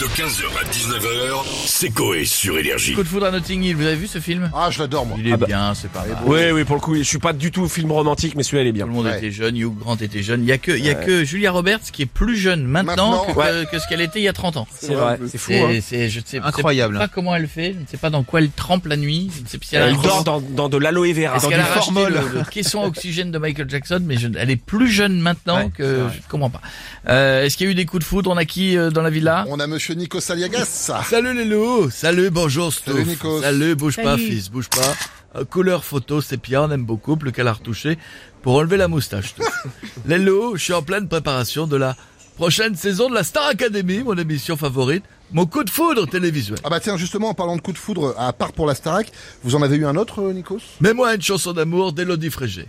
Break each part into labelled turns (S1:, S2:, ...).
S1: De 15h à 19h, c'est Coé sur Énergie.
S2: Coup de foudre à Notting Hill, vous avez vu ce film
S3: Ah, je l'adore, moi.
S2: Il
S4: bah,
S2: est bien, c'est pas mal.
S4: Oui, oui, pour le coup, je suis pas du tout film romantique, mais celui-là, il est bien.
S2: Tout le monde
S3: Ouais.
S2: était jeune, Hugh Grant était jeune. Il y a que, il y a que Julia Roberts qui est plus jeune maintenant,
S3: Maintenant,
S2: que, que ce qu'elle était il y a 30 ans.
S4: C'est vrai, c'est fou.
S2: C'est,
S4: hein.
S2: c'est- je ne sais
S5: Incroyable.
S2: je sais pas comment elle fait, je ne sais pas dans quoi elle trempe la nuit, je ne sais pas si elle a
S4: Elle
S2: un-
S4: dort dans, dans de l'aloe vera.
S2: Est-ce
S4: Dans
S2: qu'elle
S4: du
S2: a racheté
S4: formol.
S2: le, le caisson à oxygène de Michael Jackson, mais je- elle est plus jeune maintenant
S4: Ouais,
S2: que je ne comprends pas. Euh, est-ce qu'il y a eu des coups de foudre On a qui euh, dans la villa
S3: On a monsieur Nico Saliagas.
S2: Salut les loups, salut, bonjour Stouff.
S3: Salut, Nikos.
S2: Salut, bouge pas
S6: Salut.
S2: fils, bouge pas. Euh, couleur photo, c'est bien, on aime beaucoup, plus qu'à la retoucher pour enlever la moustache. Stouff. les loups, je suis en pleine préparation de la prochaine saison de la Star Academy, mon émission favorite, mon coup de foudre télévisuel.
S3: Ah bah tiens, justement, en parlant de coup de foudre, à part pour la Starac, vous en avez eu un autre, euh, Nikos
S2: Mets-moi une chanson d'amour d'Elodie Frégé.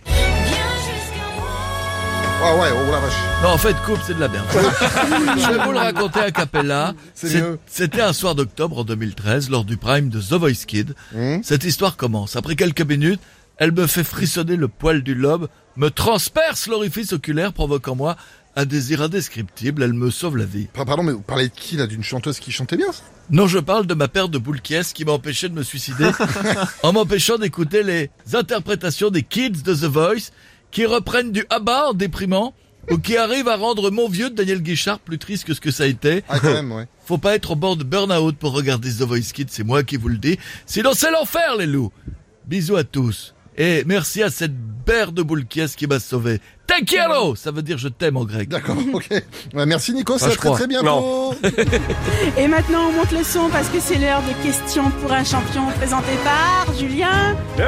S3: Ah ouais, oh la vache.
S2: Non, en fait, coupe, c'est de la merde. Je vais vous le raconter à Capella.
S3: C'est
S2: C'est-
S3: mieux.
S2: C'était un soir d'octobre en 2013, lors du prime de The Voice Kid.
S3: Hein
S2: Cette histoire commence. Après quelques minutes, elle me fait frissonner le poil du lobe, me transperce l'orifice oculaire, provoquant en moi un désir indescriptible. Elle me sauve la vie.
S3: Pa- Pardon, mais vous parlez de qui, là D'une chanteuse qui chantait bien, ça
S2: Non, je parle de ma paire de boules caisses qui m'a empêché de me suicider en m'empêchant d'écouter les interprétations des kids de The Voice qui reprennent du ABBA en déprimant ou qui arrivent à rendre mon vieux de Daniel Guichard plus triste que ce que ça a été.
S3: Ah, quand même, ouais.
S2: Faut pas être au bord de burn-out pour regarder The Voice Kids, c'est moi qui vous le dis. Sinon, c'est l'enfer, les loups. Bisous à tous. Et merci à cette paire de boules caisses qui m'a sauvé. Te quiero! Ça veut dire je t'aime en grec.
S3: D'accord, ok. Ouais, merci, Nikos,
S2: je
S3: à très
S2: crois.
S3: très bientôt.
S4: Non.
S6: Et maintenant, on monte le son parce que c'est l'heure de questions pour un champion présenté par Julien.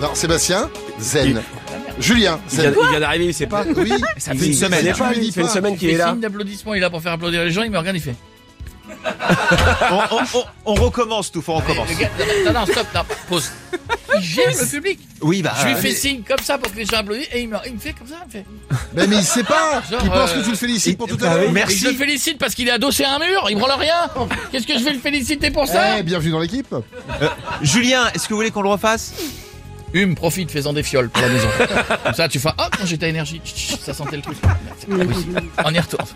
S3: Non, Sébastien, zen. Julien,
S4: Il vient,
S3: zen.
S4: il vient d'arriver, il sait pas.
S3: Oui,
S4: Ça
S3: Il-
S4: Il
S3: il-
S4: sait pas,
S3: il-
S4: il fait une
S3: il-
S4: semaine qu'il est là.
S2: d'applaudissement, il a pour faire applaudir les gens, il me regarde, il fait.
S5: On, on- on- on recommence tout, faut on recommence.
S2: Non, non, stop, non, pause. Il gère le public.
S5: Oui, bah.
S2: Je lui
S5: euh,
S2: fais signe comme ça pour que les gens applaudissent et il me, il me fait comme ça. Il me fait.
S3: Mais, mais il sait pas.
S2: Genre,
S3: il pense
S2: euh,
S3: que tu le
S5: il-
S3: félicites pour tout
S5: bah
S3: à l'heure.
S5: oui.
S2: Et je le
S5: Merci.
S2: félicite parce qu'il est adossé à un mur, il branle rien. Qu'est-ce que je vais le féliciter pour ça
S3: Eh, bienvenue dans l'équipe.
S5: Julien, est-ce que vous voulez qu'on le refasse
S2: Hume, Hum, profite, fais-en des fioles pour la maison. comme ça, tu fais Ah, quand j'étais à énergie, Chut, chut, ça sentait le truc. Merde, c'est pas possible. On y retourne.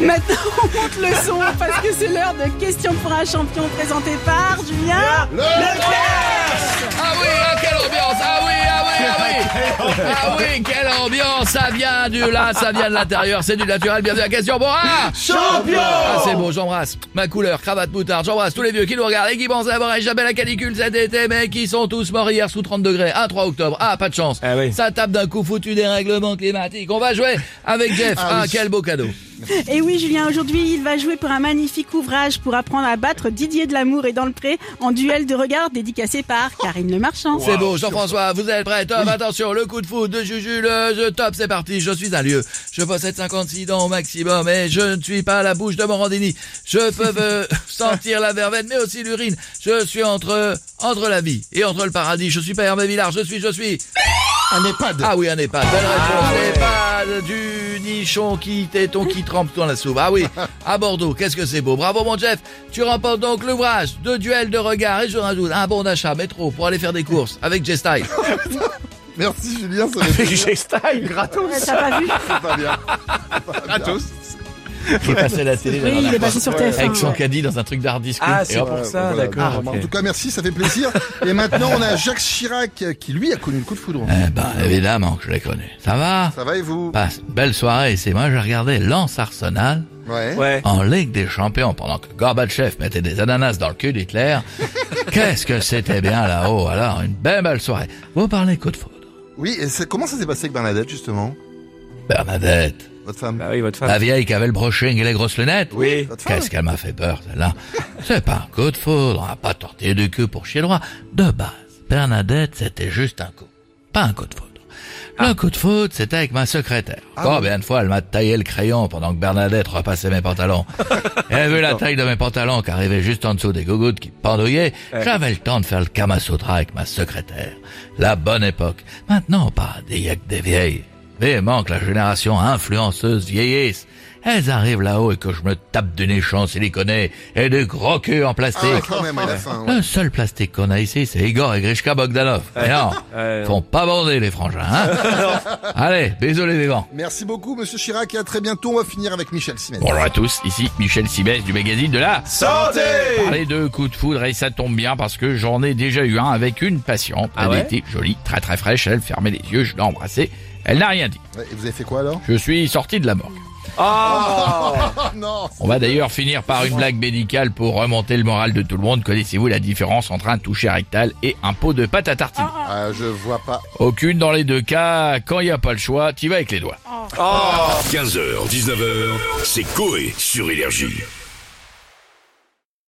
S6: Maintenant, on monte le son parce que c'est l'heure de questions pour un champion présenté par Julien.
S2: Ah oui, ah, quelle ambiance Ah oui, ah oui, ah oui Ah oui, quelle ambiance Ça vient du là, ça vient de l'intérieur, c'est du naturel. Bienvenue à Question Bora Champion Ah c'est bon, j'embrasse ma couleur, cravate, moutarde, j'embrasse tous les vieux qui nous regardent et qui pensent à avoir échappé à la canicule cet été, mais qui sont tous morts hier sous 30 degrés. Ah, 3 octobre, ah, pas de chance.
S4: Ah oui.
S2: Ça tape d'un coup foutu des règlements climatiques. On va jouer avec Jeff. Ah,
S3: Ah oui.
S2: quel beau cadeau
S6: Et oui, Julien, aujourd'hui, il va jouer pour un magnifique ouvrage pour apprendre à battre Didier de l'amour et dans le pré en duel de regard dédicacé par Karine Le Marchand.
S2: C'est beau, Jean-François, vous êtes prêt Top, attention, le coup de foudre de Juju, le jeu top, c'est parti, je suis un lieu. Je possède 56 dents au maximum et je ne suis pas la bouche de Morandini. Je peux euh, sentir la verveine mais aussi l'urine. Je suis entre entre la vie et entre le paradis. Je suis pas Hervé Villard, je suis, je suis...
S3: Un EHPAD.
S2: Ah oui, un EHPAD. Belle réponse. EHPAD du nichon qui téton qui trempe dans la soupe. Ah oui, à Bordeaux. Qu'est-ce que c'est beau. Bravo, mon Jeff. Tu remportes donc l'ouvrage de duel de regard et je rajoute un bon d'achat métro pour aller faire des courses avec J-Style.
S3: Merci, Julien, ça fait
S4: G-Style, gratos.
S6: T'as pas vu
S3: pas bien.
S5: Gratos.
S2: Qui est passé à la télé. la
S6: Oui,
S2: dernière
S6: il est passé sur
S2: fois.
S6: TF1.
S2: Avec son
S6: ouais.
S2: caddie dans un truc d'art disco.
S4: Ah,
S2: Et
S4: c'est
S2: hop.
S4: pour ça,
S3: bah voilà,
S4: d'accord.
S3: voilà.
S4: ok.
S3: En tout cas, merci, ça fait plaisir. Et maintenant, on a Jacques Chirac euh, qui, lui, a connu le coup de foudre.
S2: Eh ben, évidemment que je l'ai connu. Ça va
S3: Ça va et vous
S2: Passe une belle soirée. C'est moi, j'ai regardé Lance Arsenal
S3: Ouais.
S4: Ouais.
S2: en Ligue des Champions pendant que Gorbatchev mettait des ananas dans le cul d'Hitler. Qu'est-ce que c'était bien là-haut alors Une belle belle soirée. Vous parlez coup de foudre.
S3: Oui, et c'est- comment ça s'est passé avec Bernadette, justement
S2: Bernadette,
S3: Votre femme
S4: Bah oui, votre femme.
S2: la vieille qui avait le brushing et les grosses lunettes.
S4: Oui.
S3: Votre femme
S2: Qu'est-ce qu'elle m'a fait peur, celle-là. C'est pas un coup de foudre, on va pas tortiller du cul pour chier droit. De base, Bernadette, c'était juste un coup. Pas un coup de foudre. Le coup de foudre, c'était avec ma secrétaire. Combien de fois elle m'a taillé le crayon pendant que Bernadette repassait mes pantalons. Et vu la taille de mes pantalons qui arrivait juste en dessous des gougouttes qui pendouillaient, j'avais le temps de faire le Kama Sutra avec ma secrétaire. La bonne époque. Maintenant, au paradis, y a que des vieilles. Véhément que la génération influenceuse vieillisse. Elles arrivent là-haut et que je me tape du nez champ siliconé et des gros culs en plastique.
S3: Ah, quand même, à la fin. ouais.
S2: Le seul plastique qu'on a ici, c'est Igor et Grishka Bogdanov. Mais non,
S4: Ouais.
S2: font pas bander les frangins, hein Allez, désolé vivants.
S3: Merci beaucoup, monsieur Chirac, et à très bientôt. On va finir avec Michel Simet.
S2: Bonjour à tous, ici Michel Sibès du magazine de la
S4: Santé
S2: Parler de coups de foudre et ça tombe bien parce que j'en ai déjà eu un avec une patiente.
S4: Ah
S2: elle
S4: ouais
S2: était jolie, très très fraîche, elle fermait les yeux, je l'ai embrassée, elle n'a rien dit.
S3: Ouais, Et vous avez fait quoi alors
S2: Je suis sorti de la mort.
S3: Ah non
S2: On va d'ailleurs finir par une blague médicale pour remonter le moral de tout le monde. Connaissez-vous la différence entre un toucher rectal et un pot de pâte à tartiner
S3: Ah, Je vois pas.
S2: Aucune dans les deux cas, quand il n'y a pas le choix, t'y vas avec les doigts.
S1: 15h, 19h, c'est Coé sur Énergie.